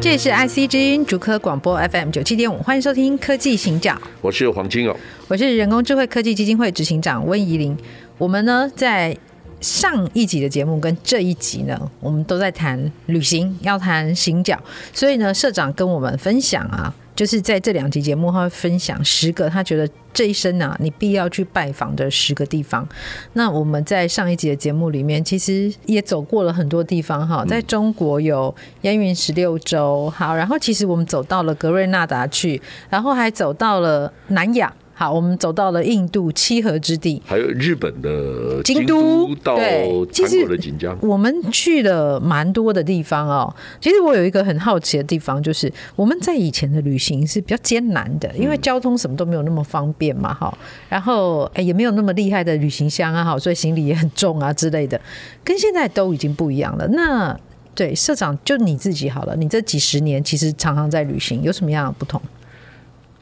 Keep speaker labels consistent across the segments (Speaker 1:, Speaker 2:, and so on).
Speaker 1: 这里是 IC 之音主科广播 FM 九七点五，欢迎收听科技行脚，
Speaker 2: 我是黄金哦，
Speaker 1: 我是人工智慧科技基金会执行长温怡玲。我们呢，在上一集的节目跟这一集呢，我们都在谈旅行，要谈行脚，所以呢，社长跟我们分享啊，就是在这两集节目，他会分享十个他觉得这一生啊，你必要去拜访的十个地方。那我们在上一集的节目里面，其实也走过了很多地方哈，在中国有烟云十六州，好，然后其实我们走到了格瑞纳达去，然后还走到了南亚，好，我们走到了印度七河之地，
Speaker 2: 还有日本的
Speaker 1: 京
Speaker 2: 都
Speaker 1: 都
Speaker 2: 到
Speaker 1: 对其
Speaker 2: 韩
Speaker 1: 实
Speaker 2: 国的锦江，
Speaker 1: 我们去了蛮多的地方哦。其实我有一个很好奇的地方，就是我们在以前的旅行是比较艰难的，因为交通什么都没有那么方便嘛，哈。然后哎也没有那么厉害的旅行箱啊，哈，所以行李也很重啊之类的，跟现在都已经不一样了。那对社长，就你自己好了，你这几十年其实常常在旅行，有什么样的不同？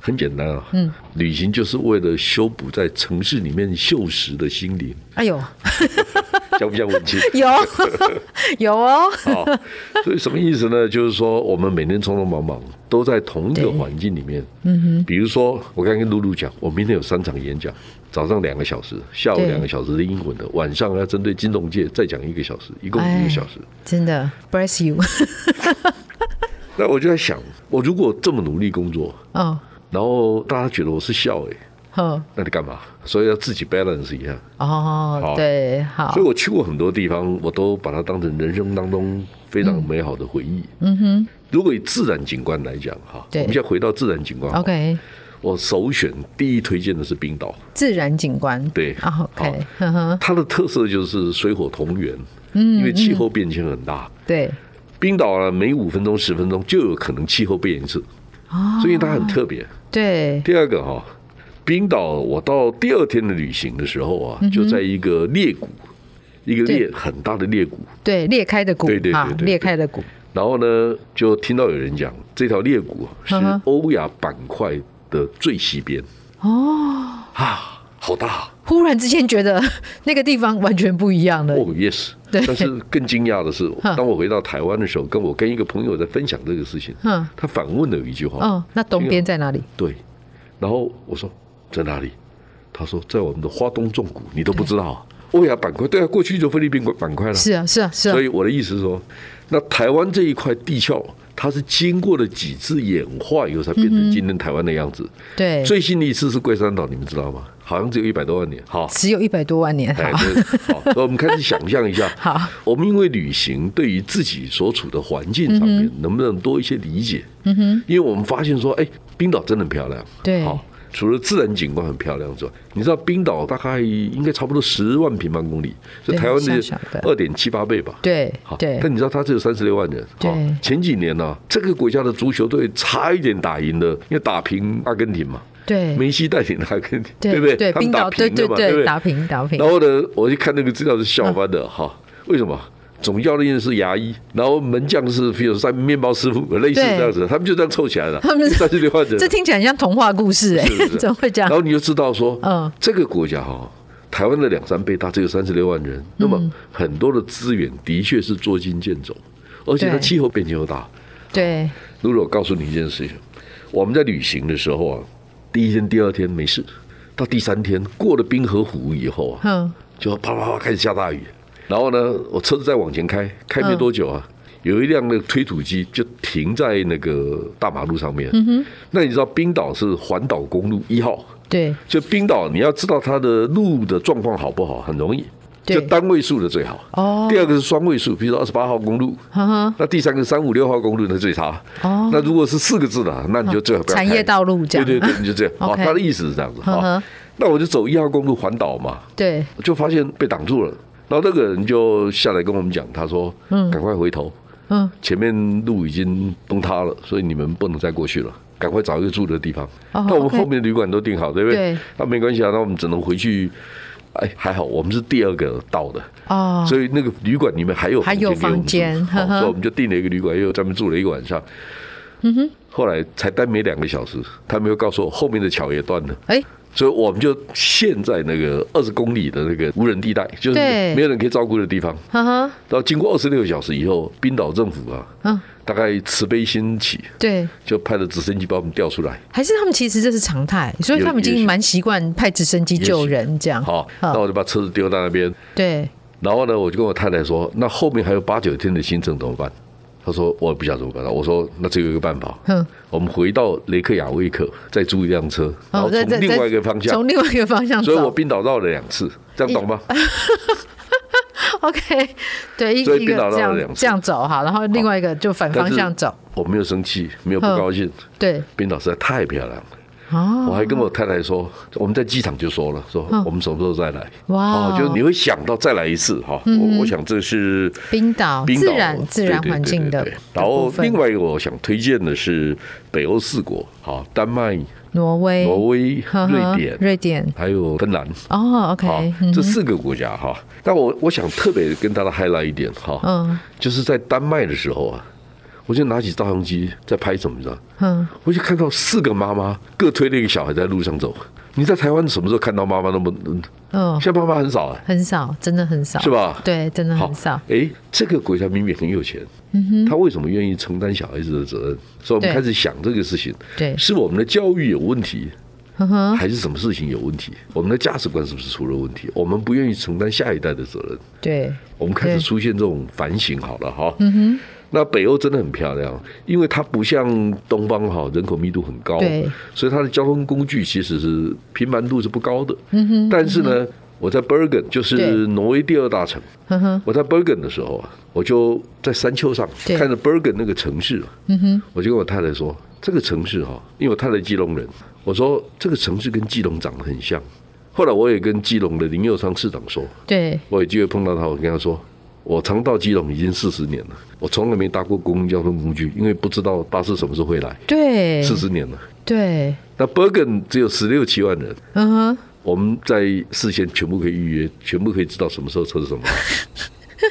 Speaker 2: 很简单啊。嗯，旅行就是为了修补在城市里面锈蚀的心 灵，
Speaker 1: 哎呦，
Speaker 2: 像不像文青？
Speaker 1: 有 有哦，
Speaker 2: 啊，所以什么意思呢？就是说我们每天匆匆忙忙都在同一个环境里面。嗯哼，比如说我刚刚跟露露讲，我明天有三场演讲，早上两个小时，下午
Speaker 1: 对
Speaker 2: 两个小时的英文的，晚上要针对金融界再讲一个小时，一共一
Speaker 1: 哎
Speaker 2: 个小时。
Speaker 1: 真的，bless you，
Speaker 2: 那我就在想，我如果这么努力工作，
Speaker 1: 哦，
Speaker 2: 然后大家觉得我是笑欸诶、
Speaker 1: 呵，
Speaker 2: 那你干嘛？所以要自己 balance 一下。
Speaker 1: 哦
Speaker 2: 好，
Speaker 1: 对，好
Speaker 2: 所以，我去过很多地方，我都把它当成人生当中非常美好的回忆。嗯哼，如果以自然景观来讲，哈，我
Speaker 1: 对
Speaker 2: 们现在回到自然景观。
Speaker 1: ，OK。
Speaker 2: 我首选第一推荐的是冰岛，
Speaker 1: 自然景观。
Speaker 2: 对
Speaker 1: 啊，OK，呵呵，
Speaker 2: 它的特色就是水火同源。嗯，因为气候变迁很大，
Speaker 1: 对，
Speaker 2: 冰岛啊，每五分钟、十分钟就有可能气候变一次，
Speaker 1: 哦，
Speaker 2: 所以它很特别。
Speaker 1: 对，
Speaker 2: 第二个哈、冰岛我到第二天的旅行的时候啊，
Speaker 1: 嗯
Speaker 2: 就在一个裂谷，一个裂很大的裂谷，
Speaker 1: 对，裂开的骨
Speaker 2: 对对对
Speaker 1: 啊
Speaker 2: 对，对
Speaker 1: 裂开的骨，
Speaker 2: 然后呢，就听到有人讲这条裂谷啊是
Speaker 1: 嗯哼
Speaker 2: 欧亚板块的最西边
Speaker 1: 哦，
Speaker 2: 啊，好大
Speaker 1: 忽然之间觉得 那个地方完全不一样了
Speaker 2: 哦，，yes。
Speaker 1: 对
Speaker 2: 但是更惊讶的是，
Speaker 1: 哼
Speaker 2: 当我回到台湾的时候，跟我跟一个朋友在分享这个事情
Speaker 1: 哼，
Speaker 2: 他反问了一句话，
Speaker 1: 哦，那东边在哪里？
Speaker 2: 对，然后我说在哪里？他说在我们的花东纵谷，你都不知道啊欧亚板块，对啊，过去就菲律宾板块了。
Speaker 1: 是啊，是啊，是啊
Speaker 2: 所，以我的意思是说，那台湾这一块地壳，它是经过了几次演化以后才变成今天台湾的样子。
Speaker 1: 对，
Speaker 2: 最新的一次是龟山岛，你们知道吗？好像只有一百多万年。 好，
Speaker 1: 只有一百多万年，
Speaker 2: 哎，
Speaker 1: 好，
Speaker 2: 对好，所以我们开始想象一下
Speaker 1: 好，
Speaker 2: 我们因为旅行对于自己所处的环境上
Speaker 1: 嗯
Speaker 2: 面，能不能多一些理解？嗯哼，因为我们发现说，哎，冰岛真的很漂亮，
Speaker 1: 对
Speaker 2: 好。除了自然景观很漂亮之外，你知道冰岛大概应该差不多十万平方公里，是
Speaker 1: 对
Speaker 2: 台湾
Speaker 1: 小
Speaker 2: 的
Speaker 1: 小的
Speaker 2: 二点七八倍吧？
Speaker 1: 对
Speaker 2: 好，
Speaker 1: 对，
Speaker 2: 但你知道他只有三十六万人。
Speaker 1: 对
Speaker 2: 好前几年呢、这个国家的足球队差一点打赢了，因为打平阿根廷嘛，
Speaker 1: 对，
Speaker 2: 梅西带领阿根廷，
Speaker 1: 对
Speaker 2: 不对？
Speaker 1: 对，
Speaker 2: 他们
Speaker 1: 冰
Speaker 2: 打
Speaker 1: 岛，对
Speaker 2: 平
Speaker 1: 对
Speaker 2: 的嘛，对不对？
Speaker 1: 打平打平
Speaker 2: 然，后呢，我一看那个资料是笑翻的哈、为什么？总教练是牙医，然后门将是比如说三面包师傅，类似
Speaker 1: 对
Speaker 2: 这样子，他们就这样凑起来了，
Speaker 1: 他们
Speaker 2: 三十六万人
Speaker 1: 这。听起来很像童话故事哎
Speaker 2: 是不，是
Speaker 1: 怎么会这
Speaker 2: 然
Speaker 1: 样？
Speaker 2: 后你就知道说，
Speaker 1: 嗯
Speaker 2: 这个国家哈、台湾的两三倍大，只有三十六万人，那
Speaker 1: 嗯
Speaker 2: 么很多的资源的确是捉襟见肘，而且它
Speaker 1: 对
Speaker 2: 气候变迁又大。
Speaker 1: 对，
Speaker 2: 露露，我告诉你一件事情，我们在旅行的时候啊，第一天、第二天没事，到第三天过了冰河湖以后啊，
Speaker 1: 哼，
Speaker 2: 就啪啪啪开始下大雨，然后呢，我车子再往前开，开没多久
Speaker 1: 嗯
Speaker 2: 啊。有一辆那个推土机就停在那个大马路上面。嗯、那你知道冰岛是环岛公路一号，
Speaker 1: 对，
Speaker 2: 就冰岛，你要知道它的路的状况好不好，很容易，
Speaker 1: 对
Speaker 2: 就单位数的最好。
Speaker 1: 哦
Speaker 2: 第二个是双位数，比如说二十八号公路，
Speaker 1: 呵呵，
Speaker 2: 那第三个三五六号公路那最差。
Speaker 1: 哦
Speaker 2: 那如果是四个字的，那你就最好不要
Speaker 1: 产业
Speaker 2: 开
Speaker 1: 道路这样
Speaker 2: 对对对，你 就这样。好，
Speaker 1: OK 嗯
Speaker 2: 他的意思是这样子。
Speaker 1: 呵呵
Speaker 2: 好，那我就走一号公路环岛嘛，
Speaker 1: 对，
Speaker 2: 就发现被挡住了。然后那个人就下来跟我们讲，他说：“嗯，赶快回头，
Speaker 1: 嗯，
Speaker 2: 前面路已经崩塌了，所以你们不能再过去了，赶快找一个住的地方。
Speaker 1: 哦
Speaker 2: 那我们
Speaker 1: OK
Speaker 2: 后面的旅馆都订好，对不对？
Speaker 1: 对
Speaker 2: 那没关系啊，那我们只能回去哎，还好我们是第二个到的，
Speaker 1: 哦，
Speaker 2: 所以那个旅馆里面还有
Speaker 1: 还有
Speaker 2: 房间给我
Speaker 1: 房间
Speaker 2: 们住
Speaker 1: 呵
Speaker 2: 好
Speaker 1: 呵
Speaker 2: 所以我们就订了一个旅馆，又专门住了一个晚上。嗯哼，后来才待没两个小时，他们又告诉我后面的桥也断了。
Speaker 1: 哎，
Speaker 2: 所以我们就陷在那个二十公里的那个无人地带，就是
Speaker 1: 对
Speaker 2: 没有人可以照顾的地方。
Speaker 1: 哈哈，
Speaker 2: 到经过二十六个小时以后，冰岛政府啊，
Speaker 1: 嗯，
Speaker 2: 大概慈悲心起，
Speaker 1: 对，
Speaker 2: 就派了直升机把我们调出来。
Speaker 1: 还是他们其实这是常态，所以他们已
Speaker 2: 也
Speaker 1: 经
Speaker 2: 许
Speaker 1: 蛮习惯派直升机救人这样。
Speaker 2: 好，
Speaker 1: 嗯
Speaker 2: 那我就把车子丢在那边，
Speaker 1: 对，
Speaker 2: 然后呢，我就跟我太太说，那后面还有八九天的行程怎么办？她说我也不晓得怎么办了。我说那只有一个办法，
Speaker 1: 哼，
Speaker 2: 我们回到雷克雅未克再租一辆车，然后
Speaker 1: 哦再
Speaker 2: 从
Speaker 1: 再
Speaker 2: 另
Speaker 1: 再
Speaker 2: 外一个方向。
Speaker 1: 从另外一个方向
Speaker 2: 所以我
Speaker 1: 走。
Speaker 2: 冰岛绕了两次，这样懂吗？
Speaker 1: OK，对，一
Speaker 2: 所以
Speaker 1: 一个
Speaker 2: 变老
Speaker 1: 这
Speaker 2: 了两
Speaker 1: 样
Speaker 2: 次
Speaker 1: 这样走哈，然后另外一个就反方向走。
Speaker 2: 我没有生气，没有不
Speaker 1: 嗯
Speaker 2: 高兴。
Speaker 1: 对，
Speaker 2: 冰岛实在太漂亮了，
Speaker 1: 哦，
Speaker 2: 我还跟我太太说，我们在机场就说了，说
Speaker 1: 嗯
Speaker 2: 我们什么时候再来？
Speaker 1: 哇
Speaker 2: 哦，就是你会想到再来一次哈。我我想这是
Speaker 1: 冰岛
Speaker 2: 冰
Speaker 1: 哦自
Speaker 2: 岛
Speaker 1: 然自然
Speaker 2: 对对对
Speaker 1: 环境的
Speaker 2: 对对对
Speaker 1: 的
Speaker 2: 然后
Speaker 1: 部分
Speaker 2: 另外一个我想推荐的是北欧四国，好，丹麦、
Speaker 1: 挪威、
Speaker 2: 挪威、
Speaker 1: 呵呵
Speaker 2: 瑞典，
Speaker 1: 瑞典。
Speaker 2: 还有芬兰。
Speaker 1: 哦
Speaker 2: 好
Speaker 1: ，OK，嗯，
Speaker 2: 这
Speaker 1: 哼
Speaker 2: 四个国家哈，但我我想特别跟大家 highlight 一点哈，
Speaker 1: 嗯
Speaker 2: 就是在丹麦的时候啊，我就拿起照相机在拍什么呢？
Speaker 1: 嗯，
Speaker 2: 我就看到四个妈妈各推了一个小孩在路上走。你在台湾什么时候看到妈妈那么？嗯
Speaker 1: 嗯，
Speaker 2: 现在妈妈很少哎、
Speaker 1: 很少，真的很少，
Speaker 2: 是吧
Speaker 1: 对，真的很少。嗯
Speaker 2: 哎，这个国家明明很有钱，他为什么愿意承担小孩子的责任？所以我
Speaker 1: 对
Speaker 2: 们开始想这个事情，
Speaker 1: 对嗯
Speaker 2: 是我们的教育有问题，
Speaker 1: 呵呵，
Speaker 2: 还是什么事情有问题？我们的价值观是不是出了问题？我们不愿意承担下一代的责任，
Speaker 1: 对，
Speaker 2: 我们开
Speaker 1: 对
Speaker 2: 始出现这种反省，好了哈。嗯那北欧真的很漂亮，因为它不像东方哈人口密度很高
Speaker 1: 对，
Speaker 2: 所以它的交通工具其实是频繁度是不高的。嗯哼，但是呢，我在 Bergen 就
Speaker 1: 对嗯
Speaker 2: 是挪威第二大城，
Speaker 1: 呵呵，
Speaker 2: 我在 Bergen 的时候啊，我就在山丘上
Speaker 1: 对
Speaker 2: 看着 Bergen 那个城市啊，
Speaker 1: 嗯哼，
Speaker 2: 我就跟我太太说，这个城市哈、因为我太太基隆人，我说这个城市跟基隆长得很像。后来我也跟基隆的林佑昌市长说，
Speaker 1: 对，
Speaker 2: 我有机会碰到他，我跟他说，我常到基隆已经四十年了，我从来没搭过公共交通工具，因为不知道巴士什么时候会来，
Speaker 1: 对，
Speaker 2: 四十年了。
Speaker 1: 对，
Speaker 2: 那 Bergen 只有十六七万人，
Speaker 1: 嗯哼，
Speaker 2: 我们在事先全部可以预约，全部可以知道什么时候 车是什么来。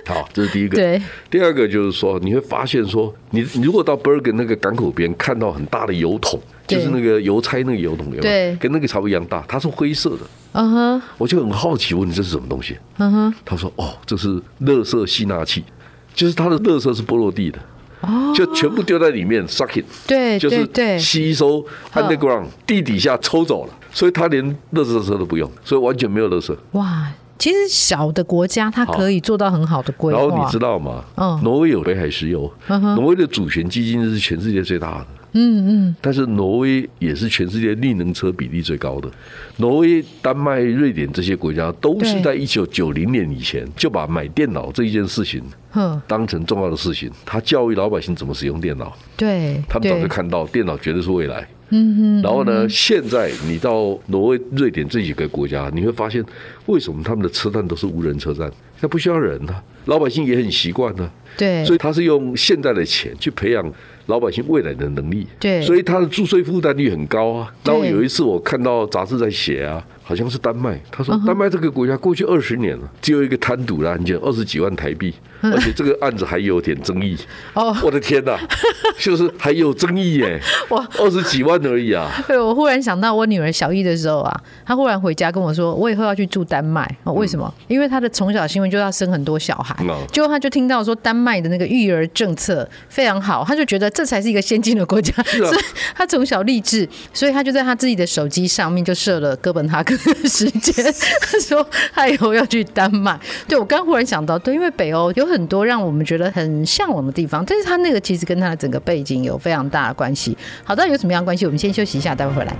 Speaker 2: 好，这是第一个。
Speaker 1: 对，
Speaker 2: 第二个就是说，你会发现说，你你如果到 Bergen 那个港口边看到很大的油桶，
Speaker 1: 对
Speaker 2: 就是那个邮差那个油桶，有没有
Speaker 1: 对
Speaker 2: 跟那个差不多一样大，它是灰色的。
Speaker 1: 嗯哼，
Speaker 2: 我就很好奇，问你这是什么东西？
Speaker 1: 嗯哼，
Speaker 2: 他说：“哦，这是垃圾吸纳器，就是它的垃圾是波落地的，
Speaker 1: 哦，
Speaker 2: 就全部丢在里面，suck it，
Speaker 1: 对，
Speaker 2: 就
Speaker 1: 哦对，对哦
Speaker 2: 是，吸收 underground 地底下抽走了，所以他连垃圾车都不用，所以完全没有垃圾。
Speaker 1: 哇，其实小的国家它可以做到很好的规
Speaker 2: 然后你
Speaker 1: 划
Speaker 2: 知，道吗？
Speaker 1: 嗯
Speaker 2: 挪威有北海石油，
Speaker 1: 嗯哼
Speaker 2: 挪威的主权基金是全世界最大的。”
Speaker 1: 嗯嗯，
Speaker 2: 但是挪威也是全世界绿能车比例最高的。挪威、丹麦、瑞典这些国家都是
Speaker 1: 对
Speaker 2: 在一九九零年以前就把买电脑这一件事情
Speaker 1: 哼，
Speaker 2: 当成重要的事情，他教育老百姓怎么使用电脑，
Speaker 1: 对，
Speaker 2: 他们早就
Speaker 1: 对，
Speaker 2: 看到电脑绝对是未来。
Speaker 1: 嗯
Speaker 2: 然后呢，现在你到挪威、瑞典这几个国家，你会发现为什么他们的车站都是无人车站，那不需要人啊，老百姓也很习惯呢、
Speaker 1: 哼，对，
Speaker 2: 所以他是用现在的钱去培养老百姓未来的能力。
Speaker 1: 对
Speaker 2: 所以他的注税负担率很高啊。
Speaker 1: 对
Speaker 2: 然后有一次我看到杂志在写啊，好像是丹麦，他
Speaker 1: 嗯
Speaker 2: 说丹麦这个国家过去二十年了，只有一个贪渎的案件，二十几万台币，
Speaker 1: 嗯
Speaker 2: 而且这个案子还有点 争议。
Speaker 1: 哦，
Speaker 2: 我的天呐，就是还有争议耶
Speaker 1: 哇！
Speaker 2: 二十几万而已啊。
Speaker 1: 对，我忽然想到我女儿小一的时候啊，她忽然回家跟我说，我以后要去住丹麦。哦，为什么？因为她的从小新闻就要生很多小孩
Speaker 2: 嗯哦，
Speaker 1: 结果她就听到说丹麦的那个育儿政策非常好，她就觉得这才是一个先进的国家，
Speaker 2: 啊
Speaker 1: 所以她从小立志，所以她就在她自己的手机上面就设了哥本哈根的时间，她说她以后要去丹麦。对我刚忽然想到，对，因为北欧有很多让我们觉得很向往的地方，但是她那个其实跟她的整个背景有非常大的关系。好，到底有什么样的关系？我们先休息一下，待会回来。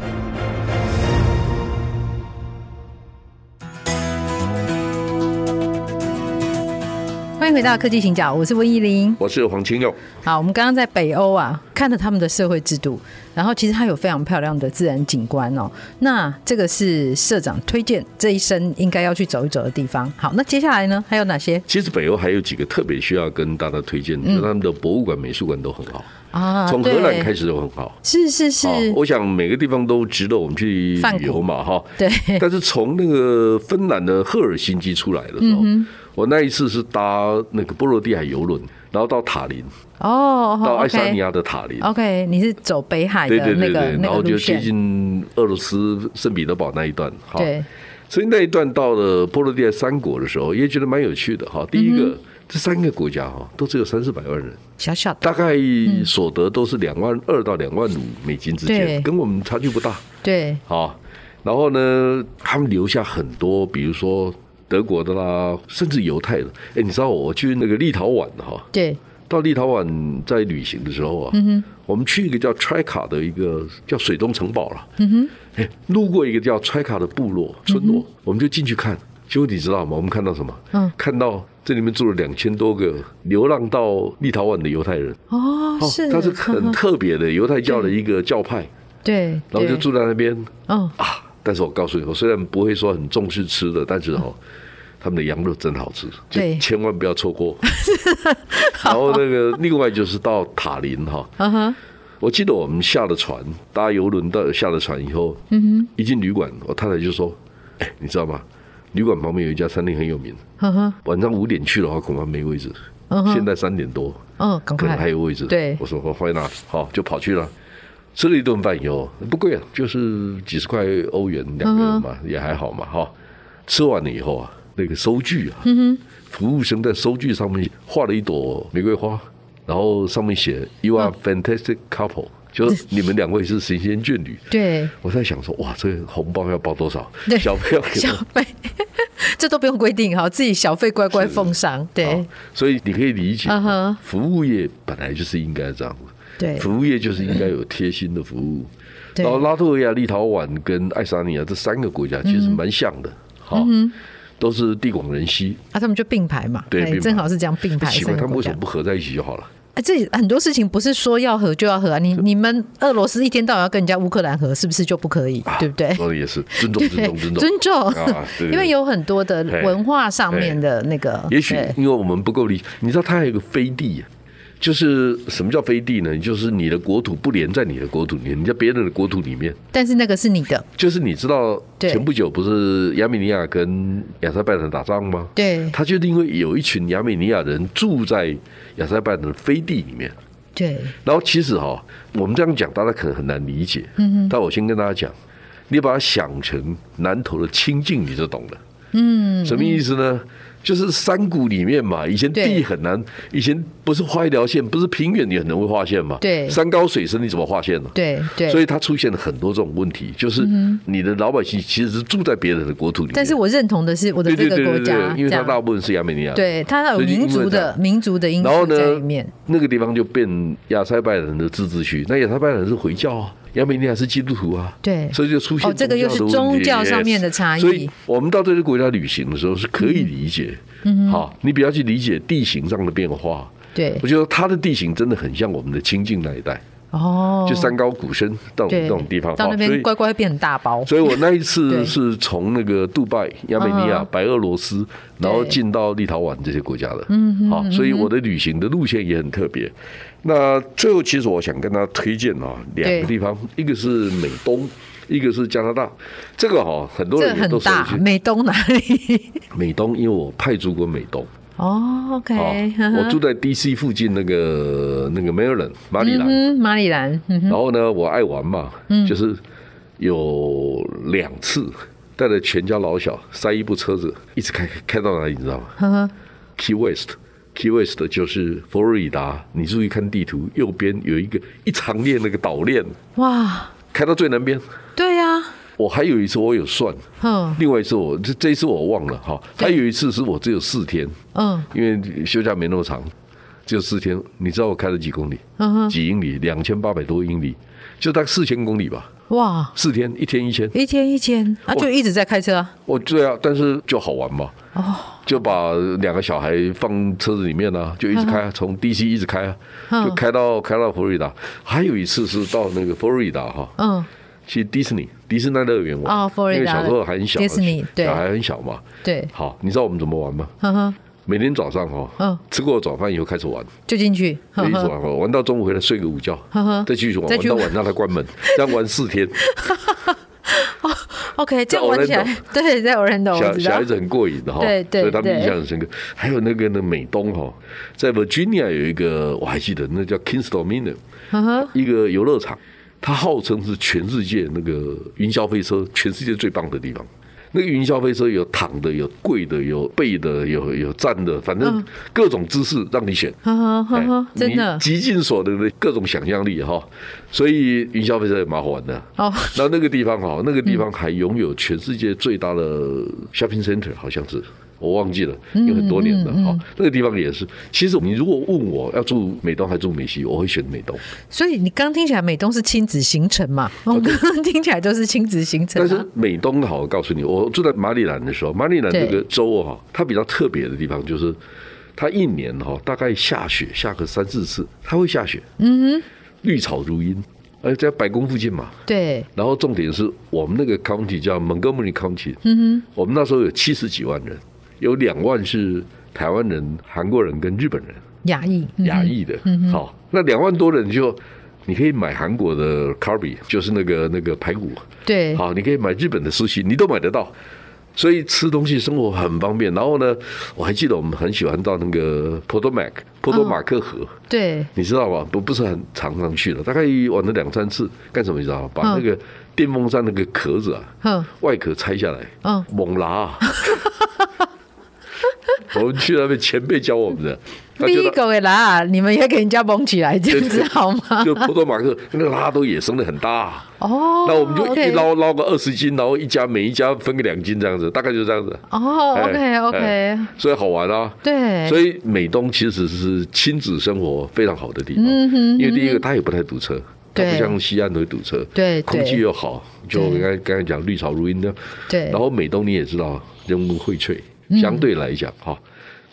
Speaker 1: 欢迎回到科技行脚，我是温怡玲。
Speaker 2: 我是黄清耀，
Speaker 1: 好，我们刚刚在北欧啊，看了他们的社会制度，然后其实它有非常漂亮的自然景观哦。那这个是社长推荐这一生应该要去走一走的地方。好，那接下来呢，还有哪些？
Speaker 2: 其实北欧还有几个特别需要跟大家推荐，就是他们的博物馆、美术馆都很好。
Speaker 1: 嗯啊
Speaker 2: 从荷兰开
Speaker 1: 始，
Speaker 2: 始都很好。
Speaker 1: 是是是，
Speaker 2: 啊，我想每个地方都值得我们去
Speaker 1: 泛
Speaker 2: 旅游
Speaker 1: 古
Speaker 2: 嘛，哈。
Speaker 1: 对，
Speaker 2: 但是从那个芬兰的赫尔辛基出来的时候，
Speaker 1: 嗯
Speaker 2: 我那一次是搭那个波罗的海游轮，然后到塔林，
Speaker 1: 哦，
Speaker 2: 到爱沙尼
Speaker 1: 亚
Speaker 2: 亚的塔林。
Speaker 1: ，OK，你是走北海的
Speaker 2: 对对
Speaker 1: 那
Speaker 2: 对
Speaker 1: 个
Speaker 2: 对，
Speaker 1: 那
Speaker 2: 然
Speaker 1: 个
Speaker 2: 后
Speaker 1: 路
Speaker 2: 就接
Speaker 1: 线，
Speaker 2: 近俄罗斯圣彼得堡那一段，哈，
Speaker 1: 对，
Speaker 2: 所以那一段到了波罗的海三国的时候，也觉得蛮有趣的
Speaker 1: 嗯
Speaker 2: 哈。第一个，这三个国家哈都只有三四百万人，
Speaker 1: 小小的，
Speaker 2: 大概所得都是两万二到两万五美金之
Speaker 1: 嗯对
Speaker 2: 间，跟我们差距不大。
Speaker 1: 对，
Speaker 2: 啊，然后呢，他们留下很多，比如说德国的啦，甚至犹太的。哎，你知道我去那个立陶宛哈、
Speaker 1: 对，
Speaker 2: 到立陶宛在旅行的时候啊，
Speaker 1: 嗯
Speaker 2: 我们去一个叫 t r i k a 的一个叫水东城堡了，嗯哼，哎，路过一个叫 t r i k a 的部落村落，我们就进去看。结果你知道吗？我们看到什么？
Speaker 1: 嗯
Speaker 2: 看到这里面住了两千多个流浪到立陶宛的犹太人。
Speaker 1: 哦，是，
Speaker 2: 他是
Speaker 1: 呵呵
Speaker 2: 很特别的犹太教的一个教派，
Speaker 1: 对，
Speaker 2: 然后就
Speaker 1: 对，
Speaker 2: 住在那边。
Speaker 1: 嗯，
Speaker 2: 啊！但是我告诉你，我虽然不会说很重视吃的，但是哦，他们的羊肉真好吃，
Speaker 1: 嗯
Speaker 2: 就
Speaker 1: 对
Speaker 2: 千万不要 错过。然后那个另外就是到塔林哈，
Speaker 1: 嗯哼，
Speaker 2: 我记得我们下了船，搭游轮到下了船以后，嗯一进旅馆，我太太就说：“哎，你知道吗？旅馆旁边有一家餐厅很有名，
Speaker 1: 呵呵，
Speaker 2: 晚上五点去的话恐怕没位置。
Speaker 1: 嗯哼
Speaker 2: 现在三点多，
Speaker 1: 嗯，赶
Speaker 2: 可能还
Speaker 1: 快，
Speaker 2: 有位置。
Speaker 1: 对
Speaker 2: 我说我怀那，好就跑去了。吃了一顿饭以后不贵啊，就是几十块欧元两个人
Speaker 1: 嗯
Speaker 2: 嘛，也还好嘛哈。吃完了以后啊，那个收据啊，
Speaker 1: 嗯
Speaker 2: 服务生在收据上面画了一朵玫瑰花，然后上面写 “You are
Speaker 1: 嗯
Speaker 2: fantastic couple”，、就是你们两位是神仙眷侣。
Speaker 1: 对，
Speaker 2: 我在想说，哇，这个红包要包多少
Speaker 1: 对？
Speaker 2: 小朋友给
Speaker 1: 小
Speaker 2: 我
Speaker 1: 费，这都不用规定哈，自己小费乖乖奉上，对
Speaker 2: 好，哦所以你可以理解
Speaker 1: 嗯哼，
Speaker 2: 服务业本来就是应该这样子。
Speaker 1: 对
Speaker 2: 服务业就是应该有贴心的服务。
Speaker 1: 对
Speaker 2: 然后拉脱维亚、立陶宛跟爱沙尼亚这三个国家其实蛮像的，
Speaker 1: 嗯
Speaker 2: 好、都是地广人稀。
Speaker 1: 啊，他们就并排嘛，
Speaker 2: 对
Speaker 1: 哎
Speaker 2: 并排
Speaker 1: 正好是这样并排
Speaker 2: 奇
Speaker 1: 三
Speaker 2: 怪，
Speaker 1: 个
Speaker 2: 他们
Speaker 1: 国
Speaker 2: 为
Speaker 1: 家
Speaker 2: 什么。不合在一起就好了？
Speaker 1: 哎，这很多事情不是说要和就要和啊，你你们俄罗斯一天到晚要跟人家乌克兰和，是不是就不可以， 对不对？
Speaker 2: 说 的也是，尊重、
Speaker 1: 对，
Speaker 2: 啊尊重、尊重、
Speaker 1: 尊重
Speaker 2: 啊对对对
Speaker 1: 因为有很多的文化上面的那个，
Speaker 2: 也许
Speaker 1: 对
Speaker 2: 因为我们不够理，你知道它还有个飞地，就是什么叫飞地呢？就是你的国土不连在你的国土里面，你在别人的国土里面。
Speaker 1: 但是那个是你的，
Speaker 2: 就是你知道
Speaker 1: 对
Speaker 2: 前不久不是亚美尼亚跟亚塞拜然打仗吗？
Speaker 1: 对
Speaker 2: 他就是因为有一群亚美尼亚人住在亚塞拜然的飞地里面。
Speaker 1: 对
Speaker 2: 然后其实哈、我们这样讲大家可能很难理解，嗯，但我先跟大家讲，你把它想成南投的清境，你就懂了。嗯，什么意思呢？就是山谷里面嘛，以前
Speaker 1: 对
Speaker 2: 地很难，以前不是画一条线，不是平原你很难会画线嘛。
Speaker 1: 对
Speaker 2: 山高水深你怎么画线呢、
Speaker 1: 对对。
Speaker 2: 所以它出现了很多这种问题，就是你的老百姓其实是住在别人的国土里面，
Speaker 1: 但是我认同的是我的这
Speaker 2: 对对
Speaker 1: 个
Speaker 2: 对
Speaker 1: 国
Speaker 2: 对
Speaker 1: 家，
Speaker 2: 对，因
Speaker 1: 这
Speaker 2: 为它
Speaker 1: 样
Speaker 2: 大部分是亚美尼亚人，
Speaker 1: 对它有
Speaker 2: 所以因为
Speaker 1: 民族
Speaker 2: 这
Speaker 1: 的
Speaker 2: 样
Speaker 1: 民族的因
Speaker 2: 然后
Speaker 1: 素在里
Speaker 2: 呢
Speaker 1: 面，，
Speaker 2: 那个地方就变亚塞拜然的自治区，那亚塞拜然是回教啊，亚美尼亚是基督徒啊，
Speaker 1: 对
Speaker 2: 所以就出现
Speaker 1: 哦这个又是
Speaker 2: 宗教的问
Speaker 1: 宗
Speaker 2: 题
Speaker 1: 教上面的差异
Speaker 2: 所以我们到这些国家旅行的时候是可以理解，嗯，好，你不要去理解地形上的变化。
Speaker 1: 对
Speaker 2: 我觉得它的地形真的很像我们的清境那一带，
Speaker 1: 哦，
Speaker 2: 就山高谷深到
Speaker 1: 对
Speaker 2: 那种地方，
Speaker 1: 到那
Speaker 2: 哦所以
Speaker 1: 边乖乖变很大包，
Speaker 2: 所以我那一次
Speaker 1: 对嗯
Speaker 2: 是从那个杜拜、亚美尼亚、白俄罗斯，然后进到立陶宛这些国家的。嗯，好，所以我的旅行的路线也很特别。那最后，其实我想跟大家推荐啊，两
Speaker 1: 对
Speaker 2: 个地方，一个是美东，一个是加拿大。这个哈，很多
Speaker 1: 这
Speaker 2: 人也
Speaker 1: 很
Speaker 2: 都熟
Speaker 1: 大，
Speaker 2: 悉。
Speaker 1: 美东哪里？
Speaker 2: 美东，因为我派驻过美东。
Speaker 1: 哦，OK，
Speaker 2: 啊，
Speaker 1: 呵呵
Speaker 2: 我住在 DC 附近那个那个 Maryland 马里
Speaker 1: 嗯
Speaker 2: 兰，
Speaker 1: 哼，马里兰，嗯哼，
Speaker 2: 然后呢，我爱玩嘛，就是有两次带着全家老小塞一部车子，一直开开到哪里，你知道吗
Speaker 1: 呵呵，
Speaker 2: ？Key West。Key West 就是佛罗里达，你注意看地图，右边有一个一长列那个岛链，
Speaker 1: 哇，
Speaker 2: 开到最南边。
Speaker 1: 对呀，
Speaker 2: 我还有一次我有算，
Speaker 1: 哼，
Speaker 2: 另外一次我这这一次我忘了哈，还有一次是我只有四天，
Speaker 1: 嗯
Speaker 2: 因为休假没那么长，只有四天。你知道我开了几公里？
Speaker 1: 嗯哼，
Speaker 2: 几英里？两千八百多英里，就大概四千公里吧。
Speaker 1: 哇，
Speaker 2: 四天，一天一千，
Speaker 1: 一天一天啊，
Speaker 2: 我
Speaker 1: 就一直在开车啊，
Speaker 2: 我对啊，但是就好玩嘛，
Speaker 1: 哦，
Speaker 2: 就把两个小孩放车子里面啊，就一直开
Speaker 1: 嗯
Speaker 2: 啊，从 DC 一直开啊，就开到开到佛罗里达。还有一次是到那个佛罗里达哈，
Speaker 1: 嗯，
Speaker 2: 去迪士尼迪士尼乐园玩。
Speaker 1: 哦佛罗里达
Speaker 2: 因为小时候还很小，
Speaker 1: 迪士尼对
Speaker 2: 小孩很小嘛。
Speaker 1: 对，
Speaker 2: 好，你知道我们怎么玩吗？
Speaker 1: 呵呵，
Speaker 2: 每天早上哈、
Speaker 1: 嗯
Speaker 2: 吃过早饭以后开始玩，
Speaker 1: 就进去，
Speaker 2: 就
Speaker 1: 呵
Speaker 2: 一直玩
Speaker 1: 呵，
Speaker 2: 玩，玩到中午回来睡个午觉
Speaker 1: 呵呵，
Speaker 2: 再继续玩，
Speaker 1: 嗯再
Speaker 2: 玩
Speaker 1: 去
Speaker 2: 到
Speaker 1: 玩
Speaker 2: 晚上他 关门，这样玩四天，
Speaker 1: 哦 OK，这样玩起来，对，在 Orlando 我
Speaker 2: 小
Speaker 1: 知
Speaker 2: 小
Speaker 1: 道
Speaker 2: 孩，子很过瘾的哈，
Speaker 1: 对对
Speaker 2: 所以他们
Speaker 1: 对
Speaker 2: 印象很深刻。还有那个呢，美东哈，在 Virginia 有一个我还记得，那叫 Kingston Manor，
Speaker 1: 呵呵，
Speaker 2: 一个游乐场，它号称是全世界那个云霄飞车全世界最棒的地方。那个云霄飞车有躺的，有跪的，有背的，有有站的，反正各种姿势让你选。
Speaker 1: 呵呵嗯呵呵
Speaker 2: 哎，
Speaker 1: 真的
Speaker 2: 你极尽所能的各种想象力哈，所以云霄飞车也蛮好玩的。
Speaker 1: 哦，
Speaker 2: 那那个地方哈，那个地方还拥有全世界最大的 shopping center，好像是我忘记了，有很多年了哈、那个地方也是，其实你如果问我要住美东还住美西，我会选美东。
Speaker 1: 所以你刚听起来美东是亲子行程嘛？我刚刚 听起来都是亲子行程
Speaker 2: 哦但是
Speaker 1: 啊，
Speaker 2: 美东好，我告诉你，我住在马里兰的时候，马里兰
Speaker 1: 对
Speaker 2: 这个州哈，它比较特别的地方就是，它一年哈大概下雪下个三四次，它会下雪，嗯绿草如茵，而且在白宫附近嘛，
Speaker 1: 对，
Speaker 2: 然后重点是我们那个 county 叫 Montgomery County，嗯哼，我们那时候有七十几万人，有两万是台湾人、韩国人跟日本人，
Speaker 1: 雅意，嗯
Speaker 2: 亚裔的。好，那两万多人就你可以买韩国的 k a r b y 就是那个那个排骨，
Speaker 1: 对，
Speaker 2: 好，你可以买日本的苏西，你都买得到。所以吃东西生活很方便，然后呢，我还记得我们很喜欢到那个 Potomac 波多马克河，
Speaker 1: 对，
Speaker 2: 你知道吧？不不是很常常去了，大概玩了两三次。干什么？你知道吗？把
Speaker 1: 嗯
Speaker 2: 那个电风扇那个壳子啊，
Speaker 1: 哼，
Speaker 2: 外壳拆下来，
Speaker 1: 嗯，
Speaker 2: 猛拉、啊。 我们去那边前辈教我们的，他
Speaker 1: 第
Speaker 2: 觉
Speaker 1: 一
Speaker 2: 得
Speaker 1: 个给啦，啊你们也给人家蒙起来，这样子好吗？
Speaker 2: 就波多马克那个拉都野生的很大啊、
Speaker 1: 哦，
Speaker 2: 那我们就一
Speaker 1: OK
Speaker 2: 捞捞个二十斤，然后一家每一家分个两斤这样子，大概就这样子。
Speaker 1: 哦
Speaker 2: 哎
Speaker 1: ，OK
Speaker 2: 哎
Speaker 1: OK，
Speaker 2: 所以好玩啊。
Speaker 1: 对，
Speaker 2: 所
Speaker 1: 以
Speaker 2: 以美东其实是亲子生活非常好的地方，
Speaker 1: 嗯
Speaker 2: 因为第一个它也不太堵车，它
Speaker 1: 对
Speaker 2: 不像西安会堵车，
Speaker 1: 对对
Speaker 2: 空气又好，就
Speaker 1: 对
Speaker 2: 刚才刚才讲绿草如茵的，
Speaker 1: 对嗯
Speaker 2: 然后美东你也知道人文荟萃，相对来讲哈，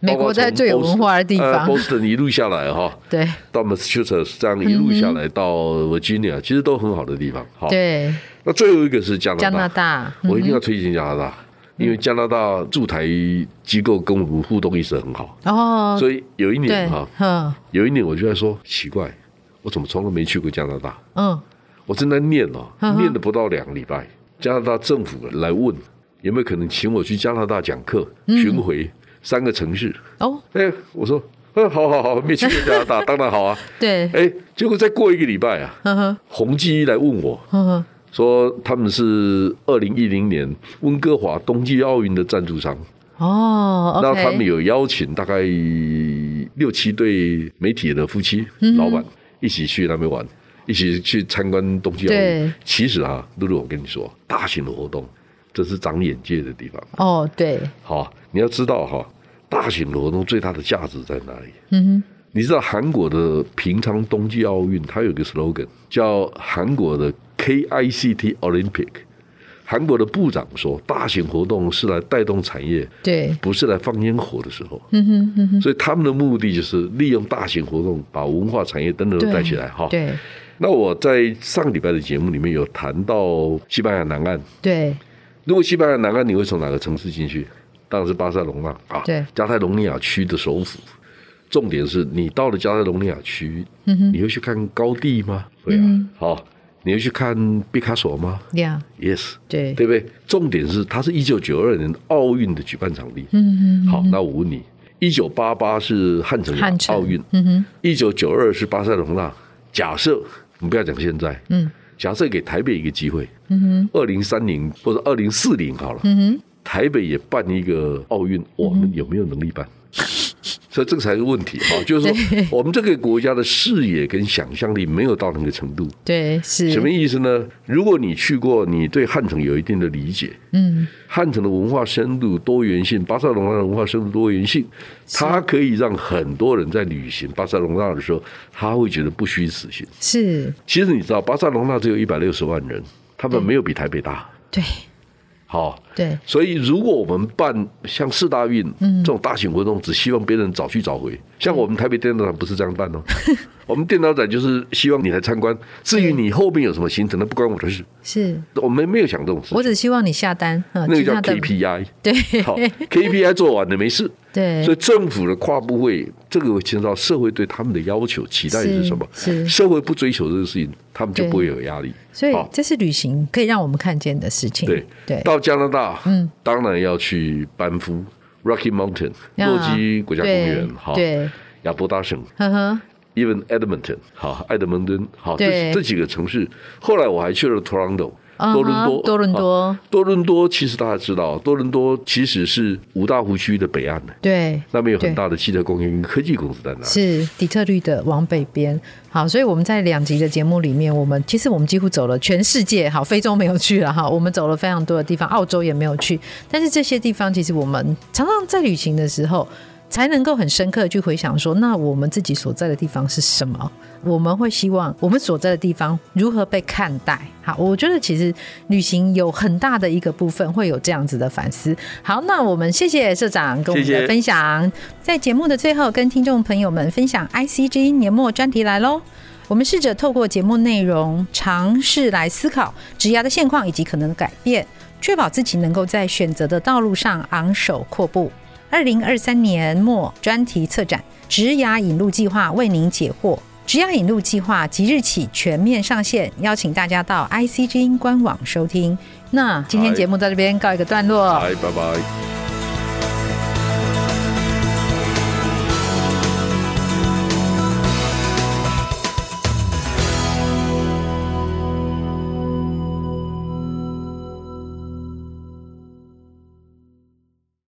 Speaker 1: 美国在最有文化的地方
Speaker 2: 波士顿呃一路下来哈，
Speaker 1: 对
Speaker 2: 到 Massachusetts 这样一路下来到 Virginia，其实都很好的地方哈。
Speaker 1: 嗯对，
Speaker 2: 那最后一个是加拿大，
Speaker 1: 加拿大，嗯
Speaker 2: 我一定要推荐加拿大，因为加拿大驻台机构跟我们互动一直很好。
Speaker 1: 哦，
Speaker 2: 所以有一
Speaker 1: 对
Speaker 2: 年哈，，
Speaker 1: 嗯
Speaker 2: 有一年我就在说，奇怪，我怎么从来没去过加拿大？
Speaker 1: 嗯，
Speaker 2: 我正在念哦
Speaker 1: 嗯，哼
Speaker 2: 念了不到两个礼拜，加拿大政府来问有没有可能请我去加拿大讲课巡回三个城市。
Speaker 1: 哦，
Speaker 2: 哎，我说，嗯，好好好，没去过加拿大，当然好啊。
Speaker 1: 对，
Speaker 2: 哎，结果再过一个礼拜啊，
Speaker 1: 呵呵
Speaker 2: 宏基来问我
Speaker 1: 呵呵，
Speaker 2: 说，他们是二零一零年温哥华冬季奥运的赞助商。
Speaker 1: 哦
Speaker 2: 那他们
Speaker 1: ，OK，
Speaker 2: 有邀请大概六七对媒体的夫妻、
Speaker 1: 嗯
Speaker 2: 老板一起去那边玩，一起去参观冬季奥
Speaker 1: 对
Speaker 2: 运。其实啊，露露，我跟你说，大型的活动这是长眼界的地方。
Speaker 1: 哦，对，
Speaker 2: 好，你要知道哈，大型的活动最大的价值在哪里？
Speaker 1: 嗯
Speaker 2: 你知道韩国的平昌冬季奥运，它有一个 slogan 叫韩国的 KICT Olympic。韩国的部长说，大型活动是来带动产业，
Speaker 1: 哼，对，
Speaker 2: 不是来放烟火的时候。
Speaker 1: 嗯哼嗯哼，
Speaker 2: 所以他们的目的就是利用大型活动把文化产业等等都带起来哈。
Speaker 1: 对
Speaker 2: 那我在上礼拜的节目里面有谈到西班牙南岸，
Speaker 1: 对
Speaker 2: 如果西班牙南岸你会从哪个城市进去？当然是巴塞隆纳啊，
Speaker 1: 对
Speaker 2: 加泰隆尼亚区的首府。重点是你到了加泰隆尼亚区，
Speaker 1: 嗯
Speaker 2: 你会去看高地吗？会啊，好，你会去看毕卡索吗
Speaker 1: 呀，
Speaker 2: ？Yes，
Speaker 1: 对，
Speaker 2: 对不对？重点是它是一九九二年奥运的举办场地。
Speaker 1: 嗯
Speaker 2: 好，那我问你，一九八八是汉城
Speaker 1: 汉城
Speaker 2: 奥运，
Speaker 1: 嗯哼，
Speaker 2: 一九九二是巴塞隆纳。假设我们不要讲现在，
Speaker 1: 嗯，
Speaker 2: 假设给台北一个机会，嗯哼，二零三零或者二零四零好了，嗯哼，台北也办一个奥
Speaker 1: 嗯
Speaker 2: 运，我们有没有能力 办？所以这个才是问题哈，就是说我们这个国家的视野跟想象力没有到那个程度，
Speaker 1: 对是，
Speaker 2: 什么意思呢？如果你去过，你对汉城有一定的理解，
Speaker 1: 嗯，
Speaker 2: 汉城的文化深度多元性，巴塞隆纳的文化深度多元性，它可以让很多人在旅行巴塞隆纳的时候，他会觉得不虚此行。
Speaker 1: 是，
Speaker 2: 其实你知道，巴塞隆纳只有一百六十万人，他
Speaker 1: 嗯
Speaker 2: 们没有比台北大。
Speaker 1: 对
Speaker 2: 好，
Speaker 1: 对
Speaker 2: 所以如果我们办像四大
Speaker 1: 嗯
Speaker 2: 运这种大型活动，只希望别人早去早回，像我们台北电动厂不是这样办哦， 我们电脑展就是希望你来参观，至于你后面有什么行程，那不关我的事。
Speaker 1: 是
Speaker 2: 我们没有想这种事
Speaker 1: 我，只希望你下单，嗯，
Speaker 2: 那个
Speaker 1: 去
Speaker 2: 叫
Speaker 1: 他的
Speaker 2: KPI。
Speaker 1: 对
Speaker 2: 好，KPI 做完了没事。
Speaker 1: 对
Speaker 2: 所以政府的跨部会，这个会牵涉到社会对他们的要求、期待是什么？
Speaker 1: 是是
Speaker 2: 社会不追求这个事情，他们就
Speaker 1: 对
Speaker 2: 不会有压力。
Speaker 1: 所以
Speaker 2: 好
Speaker 1: 这是旅行可以让我们看见的事情。
Speaker 2: 对
Speaker 1: 对，
Speaker 2: 到加拿大，嗯，当然要去班夫 （Rocky Mountain）、
Speaker 1: 啊
Speaker 2: 洛基国家公园
Speaker 1: 对，
Speaker 2: 好，
Speaker 1: 对，
Speaker 2: 亚伯大省
Speaker 1: 呵呵，
Speaker 2: （Even Edmonton），好，爱德蒙顿，好，
Speaker 1: 对
Speaker 2: 这这几个城市。后来我还去了 Toronto。
Speaker 1: 嗯哼
Speaker 2: 多伦多，
Speaker 1: 多伦多
Speaker 2: 好多伦多其实大家知道，多伦多其实是五大湖区的北岸啊的，
Speaker 1: 对，
Speaker 2: 那边有很
Speaker 1: 对
Speaker 2: 大的汽车工业跟科技公司在那。
Speaker 1: 是底特律的往北边。好，所以我们在两集的节目里面，我们其实我们几乎走了全世界。好，非洲没有去了哈，我们走了非常多的地方，澳洲也没有去。但是这些地方，其实我们常常在旅行的时候。才能够很深刻的去回想说，那我们自己所在的地方是什么？我们会希望我们所在的地方如何被看待？好，我觉得其实旅行有很大的一个部分会有这样子的反思。好，那我们谢谢社长跟我们
Speaker 2: 谢
Speaker 1: 的
Speaker 2: 谢
Speaker 1: 分享。在节目的最后，跟听众朋友们分享 ICG 年末专题来喽。我们试着透过节目内容，尝试来思考职涯的现况以及可能的改变，确保自己能够在选择的道路上昂首阔步。二零二三年末专题策展“职涯引路计划”为您解惑。职涯引路计划即日起全面上线，邀请大家到 ICG 官网收听。那今天
Speaker 2: 好
Speaker 1: 节目到这边告一个段落。
Speaker 2: 哎嗨，拜拜。